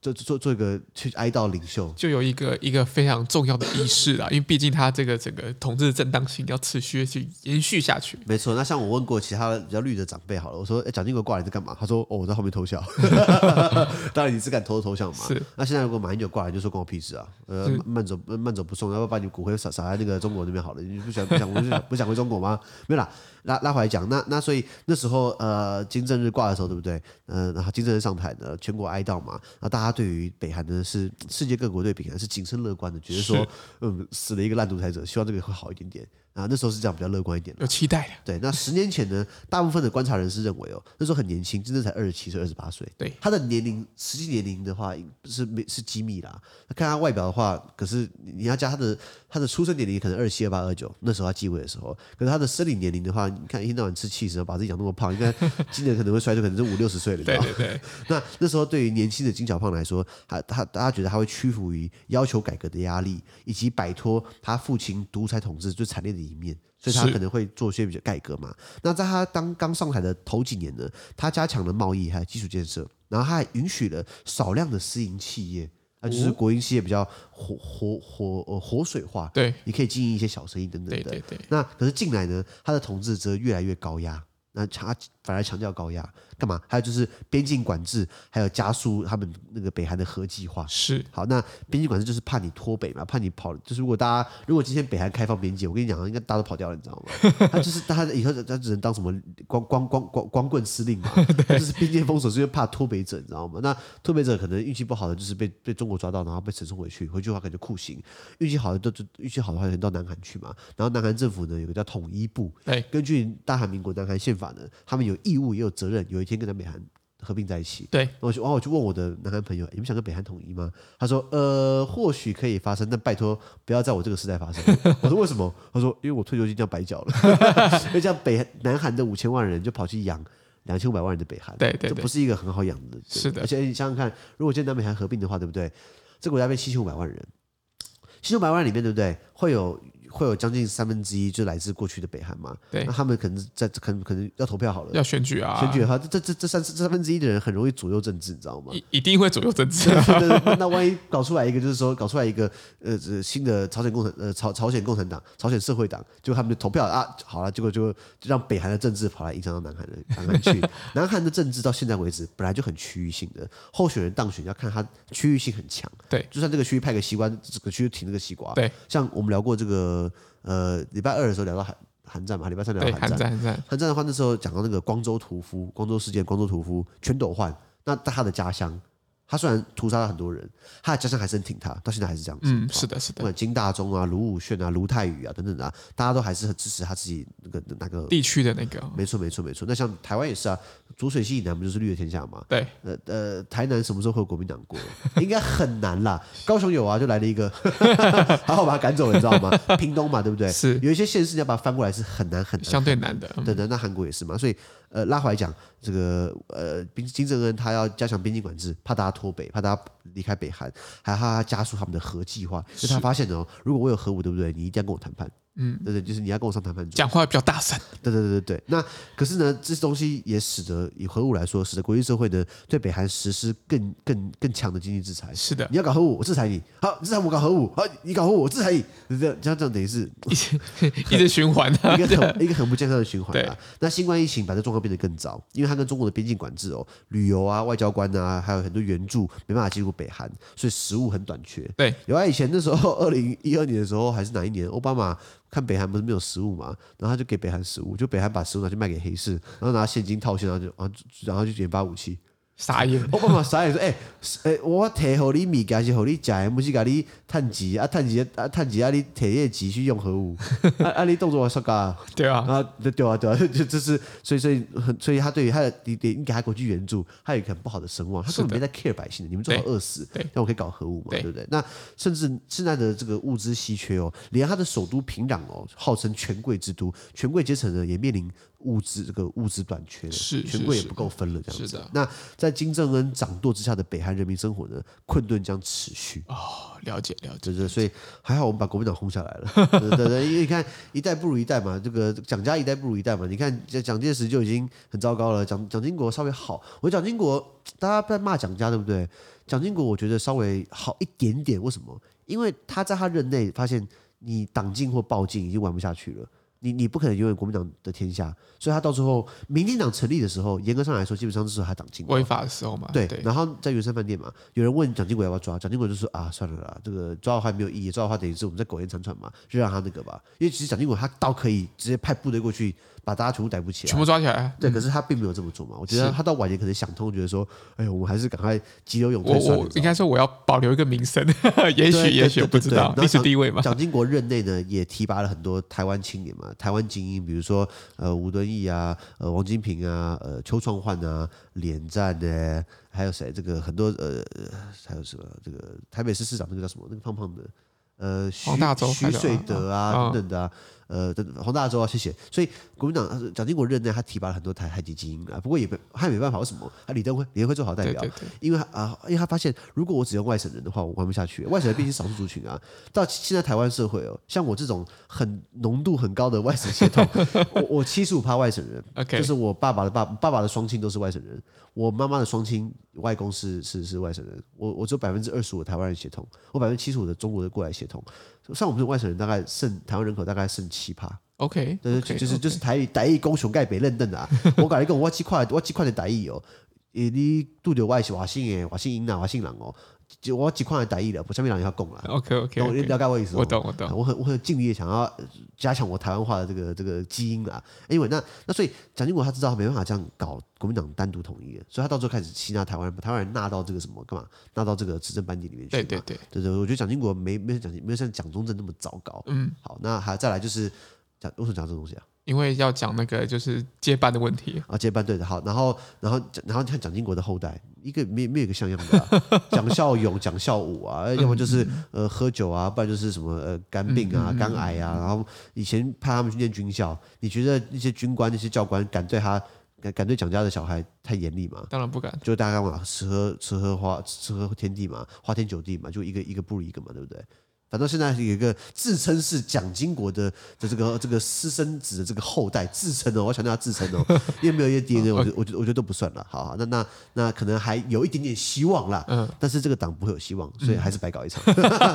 Speaker 2: 做做做一个去哀悼领袖。
Speaker 1: 就有一个一个非常重要的仪式啦，因为毕竟他这个整个统治正当性要持续地去延续下去，
Speaker 2: 没错，那像我问过其他比较绿的长辈好了，我说：“哎，蒋经国挂了你在干嘛？”他说：“哦，我在后面偷笑。”当然你是敢偷偷偷笑嘛？
Speaker 1: 是。
Speaker 2: 那现在如果马英九挂了，你就说关我屁事啊！呃，慢走慢慢走不送，要不要把你骨灰撒撒在那个中国那边好了？你不想 不想不想不想回中国吗？没有啦，拉拉回来讲，那那所以那时候呃金正日挂的时候，对不对？呃，然后金正日上台呢，全国哀悼嘛，然后大家家对于北韩呢是世界各国对北韩是谨慎乐观的，觉得说
Speaker 1: 是
Speaker 2: 嗯死了一个烂独裁者，希望这个会好一点点啊。那时候是这样比较乐观一点的。
Speaker 1: 有期待的。
Speaker 2: 对，那十年前呢，大部分的观察人士认为哦，那时候很年轻，真的才二十七岁、二十八岁。
Speaker 1: 对
Speaker 2: 他的年龄实际年龄的话是没是机密啦。看他外表的话，可是你你要加他的他的出生年龄可能二十七、二八、二九，那时候他继位的时候，可是他的生理年龄的话，你看一天到晚吃气然后把自己养那么胖，应该 今年可能会衰退，可能是五六十岁了。你知
Speaker 1: 对
Speaker 2: 道吗
Speaker 1: 对对，
Speaker 2: 那那时候对于年轻的金小胖来说，他他大家觉得他会屈服于要求改革的压力，以及摆脱他父亲独裁统治最惨烈的一面，所以他
Speaker 1: 是
Speaker 2: 可能会做一些比较改革嘛。那在他当刚上台的头几年呢，他加强了贸易还有基础建设，然后他还允许了少量的私营企业。啊，
Speaker 1: 哦
Speaker 2: 就是国营企业比较活活活呃活水化，
Speaker 1: 对
Speaker 2: 你可以经营一些小生意等等
Speaker 1: 对
Speaker 2: 的。
Speaker 1: 对对，
Speaker 2: 那可是近来呢，他的统治则越来越高压，那强他反而强调高压，干嘛？还有就是边境管制，还有加速他们那个北韩的核计划。
Speaker 1: 是
Speaker 2: 好，那边境管制就是怕你脱北嘛，怕你跑。就是如果大家如果今天北韩开放边界，我跟你讲，啊应该大家都跑掉了，你知道吗？他就是他以后他只能当什么光光光光光棍司令嘛，他就是边界封锁，是因为怕脱北者，你知道吗？那脱北者可能运气不好的就是被被中国抓到，然后被遣送回去，回去的话可能就酷刑；运气好的都就运气好的话，可能到南韩去嘛。然后南韩政府呢有个叫统一部，
Speaker 1: 对
Speaker 2: 根据大韩民国南韩宪法呢，他们有义务也有责任，有一天跟南北韩合并在一起。
Speaker 1: 对
Speaker 2: 然后我就哦，我就问我的南韩朋友，哎你们想跟北韩统一吗？他说，呃，或许可以发生，但拜托不要在我这个时代 发生。我说为什么？他说，因为我退休金这样白缴了， 因为这样北南韩的五千万人就跑去养两千五百万人的北韩，
Speaker 1: 对对
Speaker 2: 这
Speaker 1: 对
Speaker 2: 不是一个很好养的，对
Speaker 1: 是的
Speaker 2: 而且你想想看，如果今天南北韩合并的话，对不对？这国家被七千五百万人，七千五百万里面，对不对？会有会有将近三分之一就来自过去的北韩嘛？
Speaker 1: 对
Speaker 2: 那他们可能在可能可能要投票好了，
Speaker 1: 要选举啊，
Speaker 2: 选举的话，这这这这三这三分之一的人很容易左右政治，你知道吗？
Speaker 1: 一一定会左右政治
Speaker 2: 对
Speaker 1: 啊，
Speaker 2: 对对，那那万一搞出来一个，就是说搞出来一个呃呃新的朝鲜共产呃朝朝鲜共产党、朝鲜社会党，就他们就投票啊，好了，结果就就让北韩的政治跑来影响到南韩的南韩去。南韩的政治到现在为止本来就很区域性的，候选人当选要看他区域性很强。
Speaker 1: 对
Speaker 2: 就算这个区域派个西瓜，这个区域挺这个西瓜。
Speaker 1: 对，
Speaker 2: 像我们聊过这个呃礼拜二的时候聊到韩韩战嘛，礼拜三聊
Speaker 1: 对，
Speaker 2: 到
Speaker 1: 韩战韩战，
Speaker 2: 韩战的话，那时候讲到那个光州屠夫、光州事件、光州屠夫全斗焕，那在他的家乡，他虽然屠杀了很多人，他的家乡还是很挺他，到现在还是这样子。哦
Speaker 1: 嗯，是的，是
Speaker 2: 不
Speaker 1: 的，
Speaker 2: 管金大中啊、卢武铉啊、卢泰愚啊等等的啊，大家都还是很支持他自己那个那个。
Speaker 1: 地区的那个，
Speaker 2: 没错，没错，没错。那像台湾也是啊，浊水溪以南不就是绿的天下吗？
Speaker 1: 对，
Speaker 2: 呃呃，台南什么时候会有国民党过？ 应该很难啦。高雄有啊，就来了一个， 还好把他赶走了，你知道吗？ 屏东嘛，对不对？
Speaker 1: 是
Speaker 2: 有一些县市你要把它翻过来是很难很难。
Speaker 1: 相对难的，嗯
Speaker 2: 对对，那韩国也是嘛，所以呃，拉回来讲，这个呃，金金正恩他要加强边境管制，怕大家脱北，怕大家离开北韩，还怕他加速他们的核计划。所以他发现哦，如果我有核武，对不对？你一定要跟我谈判，嗯，对对，就是你要跟我上谈判桌。
Speaker 1: 讲话比较大声，
Speaker 2: 对对对对对。那可是呢，这东西也使得以核武来说，使得国际社会呢对北韩实施更更更强的经济制裁。
Speaker 1: 是的，
Speaker 2: 你要搞核武，我制裁你；好，你制裁我搞核武；好，你搞核武，我制裁你。这样这样这样等于是
Speaker 1: 一直 循环 啊，
Speaker 2: 一个很一个很不健康的循环
Speaker 1: 对
Speaker 2: 啊。那新冠疫情把这状况变得更糟，因为它跟中国的边境管制哦，旅游啊、外交官啊，还有很多援助没办法进入北韩，所以食物很短缺。
Speaker 1: 对，
Speaker 2: 有啊，以前那时候 二零一二年的时候还是哪一年，奥巴马看北韩不是没有食物嘛，然后他就给北韩食物，就北韩把食物拿去卖给黑市，然后拿现金套现，然后就然后就然后就研发武器。
Speaker 1: 傻眼，
Speaker 2: 奥巴马傻眼说：“哎、欸、欸，我提互你物件是互你食的，不是甲你趁钱啊，趁钱啊，趁钱啊，你摕你的钱去用核武， 啊啊，你动作我说噶。”
Speaker 1: 对啊，
Speaker 2: 啊，对对啊，对 啊，就这是，所以所以很，所以他对于他的你你你给他国际援助，他有一个很不好的声望，他根本没在 care 百姓的，你们最好
Speaker 1: 对
Speaker 2: 饿死，
Speaker 1: 对
Speaker 2: 那我可以搞核武嘛，
Speaker 1: 对
Speaker 2: 对不对？那甚至现在的这个物资稀缺哦，连他的首都平壤哦，号称权贵之都，权贵阶层呢也面临物资这个物资短缺了，
Speaker 1: 是
Speaker 2: 权
Speaker 1: 是
Speaker 2: 贵也
Speaker 1: 是
Speaker 2: 不够分了这样子。
Speaker 1: 是的
Speaker 2: 那在金正恩掌舵之下的北韩人民生活呢，困顿将持续。
Speaker 1: 哦，了解了解，
Speaker 2: 对对，所以还好我们把国民党轰下来了。 对对对，因为你看一代不如一代嘛，这个蒋家一代不如一代嘛。你看蒋蒋介石就已经很糟糕了，蒋蒋经国稍微好。我蒋经国大家在骂蒋家对不对？蒋经国我觉得稍微好一点点，为什么？因为他在他任内发现你党禁或暴禁已经玩不下去了。你你不可能永远国民党的天下，所以他到最后，民进党成立的时候，严格上来说，基本上就是他党禁
Speaker 1: 违法的时候嘛，
Speaker 2: 对，
Speaker 1: 啊对
Speaker 2: 然后在圆山饭店嘛，有人问蒋经国要不要抓，蒋经国就说啊，算了啦，这个抓的话没有意义，抓的话等于是我们在苟延残喘嘛，就让他那个吧。因为其实蒋经国他倒可以直接派部队过去把大家全部逮捕起来，
Speaker 1: 全部抓起来。嗯
Speaker 2: 对，可是他并没有这么做嘛。我觉得
Speaker 1: 是
Speaker 2: 他到晚年可能想通，觉得说，哎呦，我们还是赶快急流勇
Speaker 1: 我
Speaker 2: 退算了。
Speaker 1: 我
Speaker 2: 你知
Speaker 1: 应
Speaker 2: 道吗
Speaker 1: 该说我要保留一个名声，也许
Speaker 2: 对对
Speaker 1: 也许
Speaker 2: 对
Speaker 1: 我不知
Speaker 2: 对对
Speaker 1: 道
Speaker 2: 然后
Speaker 1: 历史
Speaker 2: 蒋
Speaker 1: 地位嘛，
Speaker 2: 蒋经国任内呢，也提拔了很多台湾青年嘛，台湾精英，比如说呃吴敦义啊，呃王金平啊，呃邱创焕啊，连战呢、还有谁？这个很多呃，呃还有什么？这个台北市市长那个叫什么？那个胖胖的。呃，徐
Speaker 1: 黄大洲
Speaker 2: 徐
Speaker 1: 还是
Speaker 2: 水德啊，
Speaker 1: 啊
Speaker 2: 等等的啊，呃，等黄大洲啊，谢谢。所以国民党呃蒋经国任内，他提拔了很多台海籍精英啊，不过也没他也没办法，为什么？他李登辉，李登辉做好代
Speaker 1: 对
Speaker 2: 表
Speaker 1: 对，对，
Speaker 2: 因为他啊、因为他发现，如果我只用外省人的话，我玩不下去。外省人毕竟是少数族群啊。到现在台湾社会哦，像我这种很浓度很高的外省血统，我我七十五趴外省人
Speaker 1: OK
Speaker 2: 就是我爸爸的爸爸爸的双亲都是外省人，我妈妈的双亲外公是是是外省人，我我只有百分之二十五台湾人血统，我百分之七十五的中国的过来血统。像我们这种外省人，大概剩台湾人口大概剩七趴。
Speaker 1: OK，
Speaker 2: 对对，就是就是台语台语讲上盖白认 凳啊！我甲你讲，我即款我即款的台语哦，诶，你拄着我是外省的，外省囡仔，外省人哦，就我即款的台语了，不下面人要讲啦。
Speaker 1: OK OK，
Speaker 2: 懂你了解我意思吗？哦啊
Speaker 1: 我懂我懂
Speaker 2: 我很我很尽力的想要呃加强我台湾话的这个这个基因啦。因为那那所以蒋经国他知道他没办法这样搞国民党单独统一了，所以他到最后开始吸纳台湾人，把台湾人纳到这个什么干嘛？纳到这个执政班底里面去嘛。
Speaker 1: 对对对，
Speaker 2: 对对，我觉得蒋经国没没有蒋经没有像蒋中正那么糟糕。嗯，好，那还再来就是讲为什么讲这个东西啊？
Speaker 1: 因为要讲那个就是接班的问题，
Speaker 2: 啊，接班对的好，然后然后然后看蒋经国的后代，一个没没有一个像样的、啊， 蒋孝勇、蒋孝武啊，呃要么就是呃喝酒啊，不然就是什么呃肝病啊、肝癌啊，然后以前派他们去念军校，你觉得那些军官、那些教官敢对他敢敢对蒋家的小孩太严厉吗？
Speaker 1: 当然不敢。
Speaker 2: 就大家嘛，吃喝吃喝花吃喝天地嘛，花天酒地嘛，就一个一个不如一个嘛，对不对？反正现在有一个自称是蒋经国的的这个这个私生子的这个后代，自称哦，我强调他自称哦， 因为没有一些 DNA，我觉得我觉得我觉得都不算了。好好，那那那可能还有一点点希望啦，
Speaker 1: 嗯
Speaker 2: 但是这个党不会有希望，所以还是白搞一场。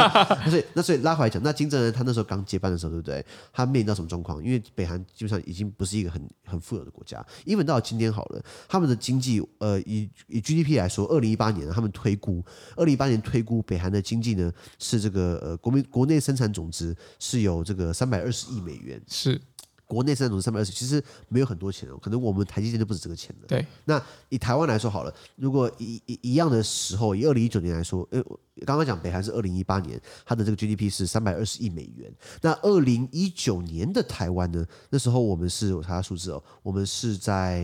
Speaker 2: 所以那所以拉回来讲，那金正恩他那时候刚接班的时候，对不对？他面临到什么状况？因为北韩基本上已经不是一个很很富有的国家，因为到今天好了，他们的经济呃以以 GDP 来说，二零一八年他们推估，二零一八年推估北韩的经济呢是这个呃国民国内生产总值是有这个三百二十亿美元，
Speaker 1: 是
Speaker 2: 国内生产总值三百二十，其实没有很多钱哦，可能我们台积电就不止这个钱了。
Speaker 1: 对，
Speaker 2: 那以台湾来说好了，如果一一一样的时候，以二零一九年来说，呃，我刚刚讲北韩是二零一八年，它的这个 GDP 是三百二十亿美元。那二零一九年的台湾呢？那时候我们是我查查数字哦，我们是在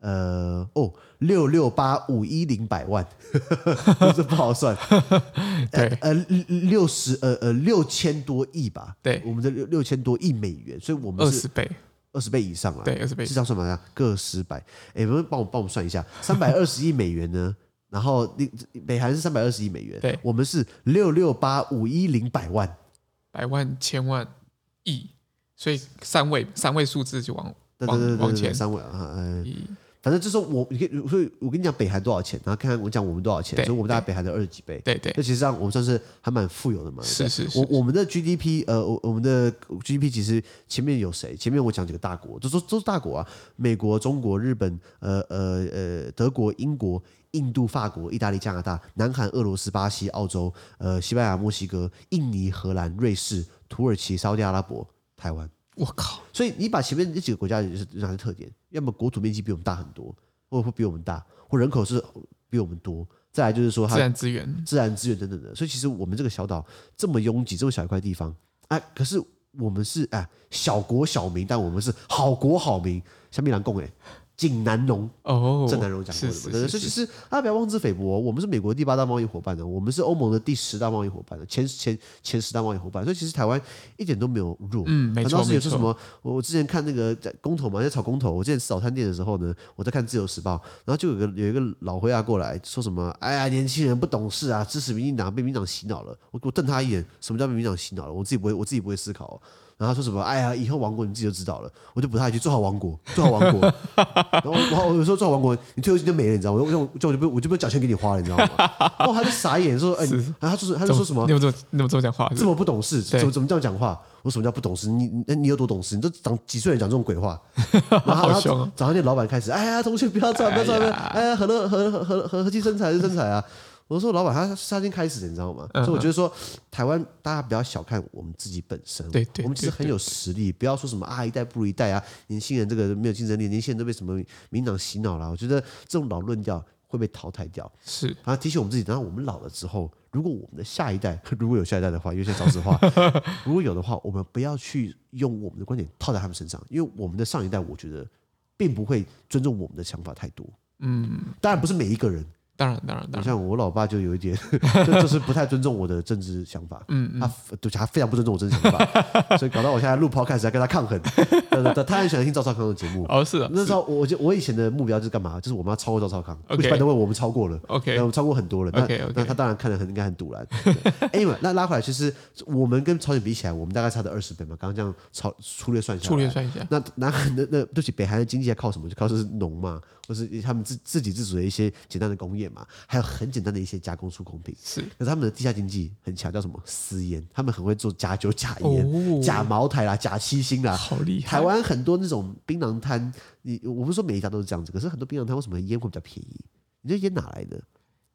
Speaker 2: 呃哦六六八五一零百万，这不好算。
Speaker 1: 对
Speaker 2: 呃六十呃呃六千多亿吧，
Speaker 1: 对
Speaker 2: 我们的六六千多亿美元，所以我们
Speaker 1: 二
Speaker 2: 是
Speaker 1: 十倍，
Speaker 2: 二十倍以上啊，
Speaker 1: 对二十倍
Speaker 2: 是这样算吗？个十百，哎，不是帮我帮我们算一下，三百二十亿美元呢？ 然后你北韩是三百二十亿美元，
Speaker 1: 对
Speaker 2: 我们是六六八五一零百万，
Speaker 1: 百万、千万、亿，所以三位三位数字就往
Speaker 2: 对对对
Speaker 1: 往往
Speaker 2: 对对，
Speaker 1: 前
Speaker 2: 三位啊，呃，
Speaker 1: 亿，
Speaker 2: 反正就是我，你可以，所以我跟你讲北韩多少钱，然后看看我讲我们多少钱，
Speaker 1: 对
Speaker 2: 所以我们大概北韩的二十几倍，
Speaker 1: 对对
Speaker 2: 那，其实上我们算是还蛮富有的嘛，对不
Speaker 1: 是
Speaker 2: 对
Speaker 1: 是是
Speaker 2: 我我们的 GDP，呃，我我们的 GDP 其实前面有谁？前面我讲几个大国，都都都是大国啊，美国、中国、日本，呃呃呃，德国、英国、印度、法国、意大利、加拿大、南韩、俄罗斯、巴西、澳洲，呃，西班牙、墨西哥、印尼、荷兰、瑞士、土耳其、沙特阿拉伯、台湾。
Speaker 1: 我靠，
Speaker 2: 所以你把前面那几个国家也是哪些特点，要么国土面积比我们大很多，或者会比我们大，或人口是比我们多，再来就是说它
Speaker 1: 自然资源
Speaker 2: 自然资源等等的。所以其实我们这个小岛这么拥挤，这么小一块地方，哎、可是我们是哎、小国小民，但我们是好国好民。下面南贡哎，晋南农，
Speaker 1: 哦，
Speaker 2: 郑南荣讲过
Speaker 1: 是
Speaker 2: 的嘛，对
Speaker 1: 是是
Speaker 2: 不对所以其
Speaker 1: 是，
Speaker 2: 实大家不要妄自菲薄哦、我们是美国第八大贸易伙伴哦呢，我们是欧盟的第十大贸易伙伴的，前前前十大贸易伙伴，所以其实台湾一点都没有弱，
Speaker 1: 嗯，没
Speaker 2: 反
Speaker 1: 错
Speaker 2: 倒是
Speaker 1: 没
Speaker 2: 有说什
Speaker 1: 错，
Speaker 2: 么，我我之前看那个在公投嘛，在炒公投。我之前吃早餐店的时候呢，我在看《自由时报》，然后就有个有一个老灰啊过来说什么：“哎呀，年轻人不懂事啊，支持民进党，被民进党洗脑了。我”我瞪他一眼，什么叫被民进党洗脑了？我自己不会，我自己不 会思考哦、然后他说什么？哎呀，以后亡国你自己就知道了。我就补他一句：做好亡国，做好亡国。然后我我有时候做完国文，你退休金就没了，你知道吗？我就我就我就不我就不用缴钱给你花了，你知道吗？然后他就傻眼说，哎，你然后他就是他就说什么
Speaker 1: 你？有这么你有这么讲话是不
Speaker 2: 这
Speaker 1: 是？
Speaker 2: 么不懂事，
Speaker 1: 对
Speaker 2: 怎么怎么这样讲话？我什么叫不懂事？你你你有多懂事？你都长几岁人讲这种鬼话？然后
Speaker 1: 好
Speaker 2: 他
Speaker 1: 凶哦
Speaker 2: 早上店老板开始，哎呀，同学不要这样，不要这
Speaker 1: 哎
Speaker 2: 样，
Speaker 1: 呀
Speaker 2: 哎呀，何乐何何何何何其身材是身材啊！我说老板，他他先开始的，你知道吗？
Speaker 1: 嗯
Speaker 2: 所以我觉得说，台湾大家不要小看我们自己本身，
Speaker 1: 对对
Speaker 2: 我们其实
Speaker 1: 对
Speaker 2: 很有实力，不要说什么啊一代不如一代啊，年轻人这个没有竞争力，年轻人都被什么民党洗脑了。我觉得这种老论调会被淘汰掉。
Speaker 1: 是
Speaker 2: 然后啊提醒我们自己，等到我们老了之后，如果我们的下一代 如果有下一代的话，因为现在少子 化，如果有的话，我们不要去用我们的观点套在他们身上，因为我们的上一代，我觉得并不会尊重我们的想法太多。嗯，当然不是每一个人，
Speaker 1: 当然当然当
Speaker 2: 你
Speaker 1: 然，
Speaker 2: 像我老爸就有一点， 就就是不太尊重我的政治想法。嗯嗯，他对他非常不尊重我政治想法， 所以搞到我现在录 podcast 在跟他抗衡。对对对，他很喜欢听赵少康的节目。
Speaker 1: 哦是的
Speaker 2: 那时候我就我以前的目标就是干嘛？就是我们要超过赵少康。
Speaker 1: OK
Speaker 2: 不拜登问我们超过了
Speaker 1: OK
Speaker 2: 那我们超过很多了。那
Speaker 1: OK，OK
Speaker 2: 那他当然看得很应该很 堵然。对 anyway，那拉回来就是我们跟朝鲜比起来，我们大概差的二十倍嘛。刚刚这样超粗略算一下来，
Speaker 1: 粗略算一下，
Speaker 2: 那南韩的那对不起，北韩的经济还靠什么？就靠就是农嘛，或是他们自自给自足的一些简单的工业嘛，还有很简单的一些加工出工品。
Speaker 1: 是
Speaker 2: 可是他们的地下经济很强，叫什么私烟，他们很会做假酒、假
Speaker 1: 哦
Speaker 2: 烟、哎假茅台啦、假七星啦。
Speaker 1: 好厉害
Speaker 2: 台，湾很多那种槟榔摊，你我不是说每一家都是这样子，可是很多槟榔摊为什么烟会比较便宜？你这烟哪来的？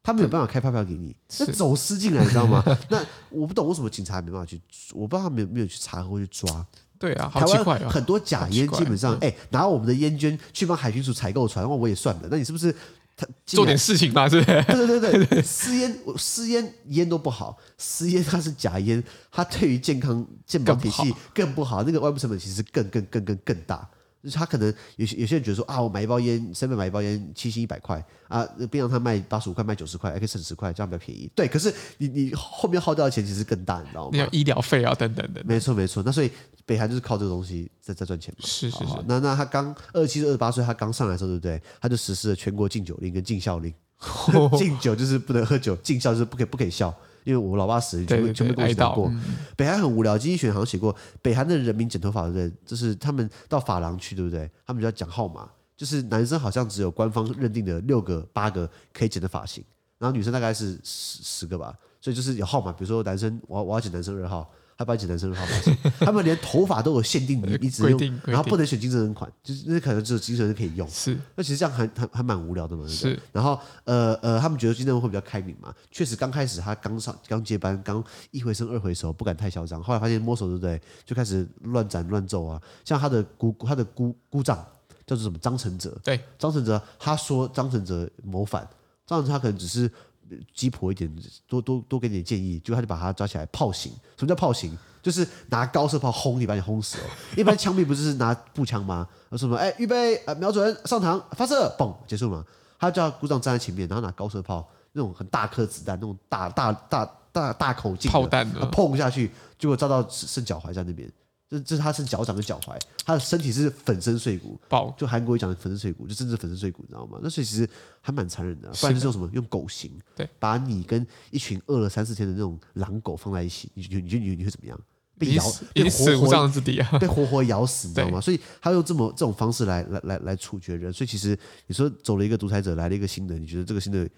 Speaker 2: 他没有办法开发票给你，那
Speaker 1: 是
Speaker 2: 走私进来，你知 道吗？那我不懂为什么警察没办法去，我不知道他们有没有去查或去抓。
Speaker 1: 对啊，好
Speaker 2: 台
Speaker 1: 奇怪
Speaker 2: 湾
Speaker 1: 啊，
Speaker 2: 很多假烟，
Speaker 1: 好奇怪啊
Speaker 2: 基本上哎、拿我们的烟捐去帮海巡署采购船，然后我也算了。那你是不是他
Speaker 1: 做
Speaker 2: 啊
Speaker 1: 点？事情吧，是 不是？
Speaker 2: 对对对对，私烟私烟烟都不好，私烟它是假烟，它对于健康健保体系更不好，那个外部成本其实更更更更更大。就是他可能有些有些人觉得说啊，我买一包烟，身边买一包烟七星一百块啊，别让他卖八十五块，卖九十块，还可以省十块，这样比较便宜。对，可是你你后面耗掉的钱其实更大，你知道吗？
Speaker 1: 你要医疗费啊，等等等等，
Speaker 2: 没错没错，那所以北韩就是靠这个东西在在赚钱嘛。
Speaker 1: 是是
Speaker 2: 好好
Speaker 1: 是，
Speaker 2: 那那他刚二七二十八岁，他刚上来的时候，对不对？他就实施了全国禁酒令跟禁校令。 禁酒就是不能喝酒，禁校就是不可以不可以笑。因为我老爸死了，全部
Speaker 1: 对对嗯
Speaker 2: 全部
Speaker 1: 对
Speaker 2: 跟我一起
Speaker 1: 哀
Speaker 2: 难
Speaker 1: 悼
Speaker 2: 过。北韩很无聊，经济学好像写过，北韩的人民剪头发，对不对？就是他们到发廊去，对不对？他们就要讲号码，就是男生好像只有官方认定的六个、八个可以剪的发型，然后女生大概是十十个吧，所以就是有号码。比如说男生，我要我要剪男生二号，他不要剪男生二号 发型，他们连头发都有限定，你你只
Speaker 1: 呃规
Speaker 2: 用
Speaker 1: 定，规
Speaker 2: 然后
Speaker 1: 定
Speaker 2: 不能呃选精神人款，就是那可能只有精神人可以用。
Speaker 1: 是
Speaker 2: 那其实这样还还还蛮无聊的嘛，对不对
Speaker 1: 是
Speaker 2: 然后呃呃，他们觉得金正恩会比较开明嘛，确实刚开始他刚上刚接班，刚一回生二回熟，不敢太嚣张。后来发现摸手对不对，就开始乱斩乱揍啊。像他的姑他的姑姑丈叫做什么张承泽，
Speaker 1: 对，
Speaker 2: 张承泽他说张承泽谋反，张承泽他可能只是呃鸡婆一点，多多多给点建议，结果他就把他抓起来泡刑。什么叫泡刑？就是拿高射炮轰你，把你轰死哦。一般枪毙不是拿步枪吗？他说什么？哎，预备，呃，瞄准，上膛，发射，嘣，结束嘛。他叫鼓掌站在前面，然后拿高射炮，那种很大颗子弹，那种大大大大大口径的
Speaker 1: 炮弹
Speaker 2: 他
Speaker 1: 呢？
Speaker 2: 碰下去，结果照到剩脚踝在那边，这这是他是脚掌跟脚踝，他的身体是粉身碎骨。
Speaker 1: 爆
Speaker 2: 就韩国也讲粉身碎骨，就真的是粉身碎骨，你知道吗？那所以其实还蛮残忍的啊、不然就是用什么用狗刑，
Speaker 1: 对，
Speaker 2: 把你跟一群饿了三四天的那种狼狗放在一起，你你你你你会怎么样？被
Speaker 1: 已
Speaker 2: 咬
Speaker 1: 经死，已经
Speaker 2: 被
Speaker 1: 死
Speaker 2: 活
Speaker 1: 无
Speaker 2: 活
Speaker 1: 葬之 地啊，
Speaker 2: 被活活咬死，你知道吗？所以他用这么这种方式来来来来处决人，所以其实你说走了一个独裁者，来了一个新的，你觉得这个新的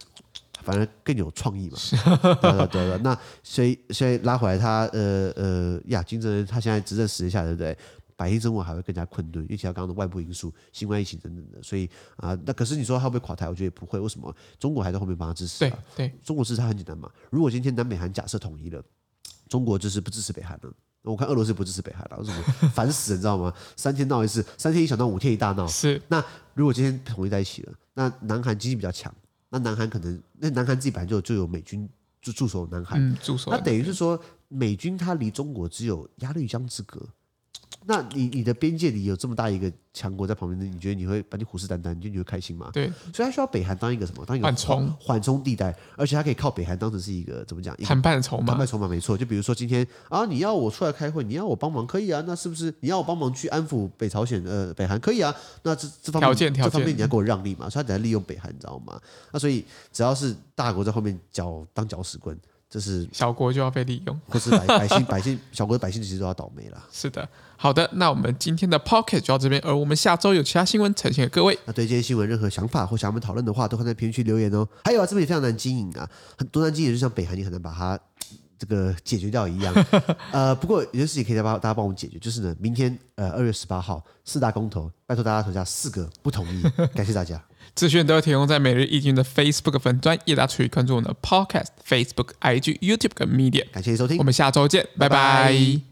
Speaker 2: 反而更有创意嘛？对对对对，啊那所以所以拉回来他呃呃呀，金正恩他现在执政时间下来，对不对？百姓生活还会更加困顿，因为其他刚刚的外部因素、新冠疫情等等的，所以啊、那可是你说他会不会垮台？我觉得也不会，为什么？中国还在后面帮他支持、啊，
Speaker 1: 对对，
Speaker 2: 中国支持它很简单嘛。如果今天南北韩假设统一了，中国就是不支持北韩了。我看俄罗斯不支持北韩了，为什么？烦死了，你知道吗？ 三天闹一次，三天一小闹，五天一大闹。
Speaker 1: 是
Speaker 2: 那如果今天统一在一起了，那南韩经济比较强，那南韩可能，那南韩自己本来就有就有美军驻驻守南韩，
Speaker 1: 嗯，住手
Speaker 2: 那，等于是说美军它离中国只有鸭绿江之隔。那你你的边界里有这么大一个强国在旁边，你觉得你会把你虎视眈眈，你觉得你会开心吗？
Speaker 1: 对，
Speaker 2: 所以它需要北韩当一个什么？当一个
Speaker 1: 缓冲
Speaker 2: 缓冲地带，而且它可以靠北韩当成是一个怎么讲？一个
Speaker 1: 谈判的筹
Speaker 2: 谈
Speaker 1: 码
Speaker 2: 判筹码没错。就比如说今天啊，你要我出来开会，你要我帮忙可以啊，那是不是你要我帮忙去安抚北朝鲜呃北韩可以啊？那这这方面
Speaker 1: 条件条
Speaker 2: 这方面
Speaker 1: 件
Speaker 2: 你要给我让利啊嘛，所以他等下利用北韩，你知道吗？那所以只要是大国在后面搅当搅屎棍。这是
Speaker 1: 小国就要被利用。
Speaker 2: 或是百百姓百姓小国的百姓其实都要倒霉了。
Speaker 1: 是的，好的，那我们今天的 Pocket 就到这边，而我们下周有其他新闻呈现给各位。
Speaker 2: 那对这些新闻任何想法或想要我们讨论的话，都可以在评论区留言哦。还有啊，这边也非常难经营啊，很多难经营，就像北韩，你很难把它这个解决掉一样。呃，不过有些事情可以再帮大家帮我们解决，就是呢，明天呃二月十八号四大公投，拜托大家投下四个不同意，感谢大家。
Speaker 1: 资讯都会提供在每日易经的 Facebook 粉专，也大家持续关注我们的 Podcast、Facebook、IG、YouTube 跟 Media。
Speaker 2: 感谢收听
Speaker 1: 我，们下周见，拜
Speaker 2: 拜
Speaker 1: 拜
Speaker 2: 拜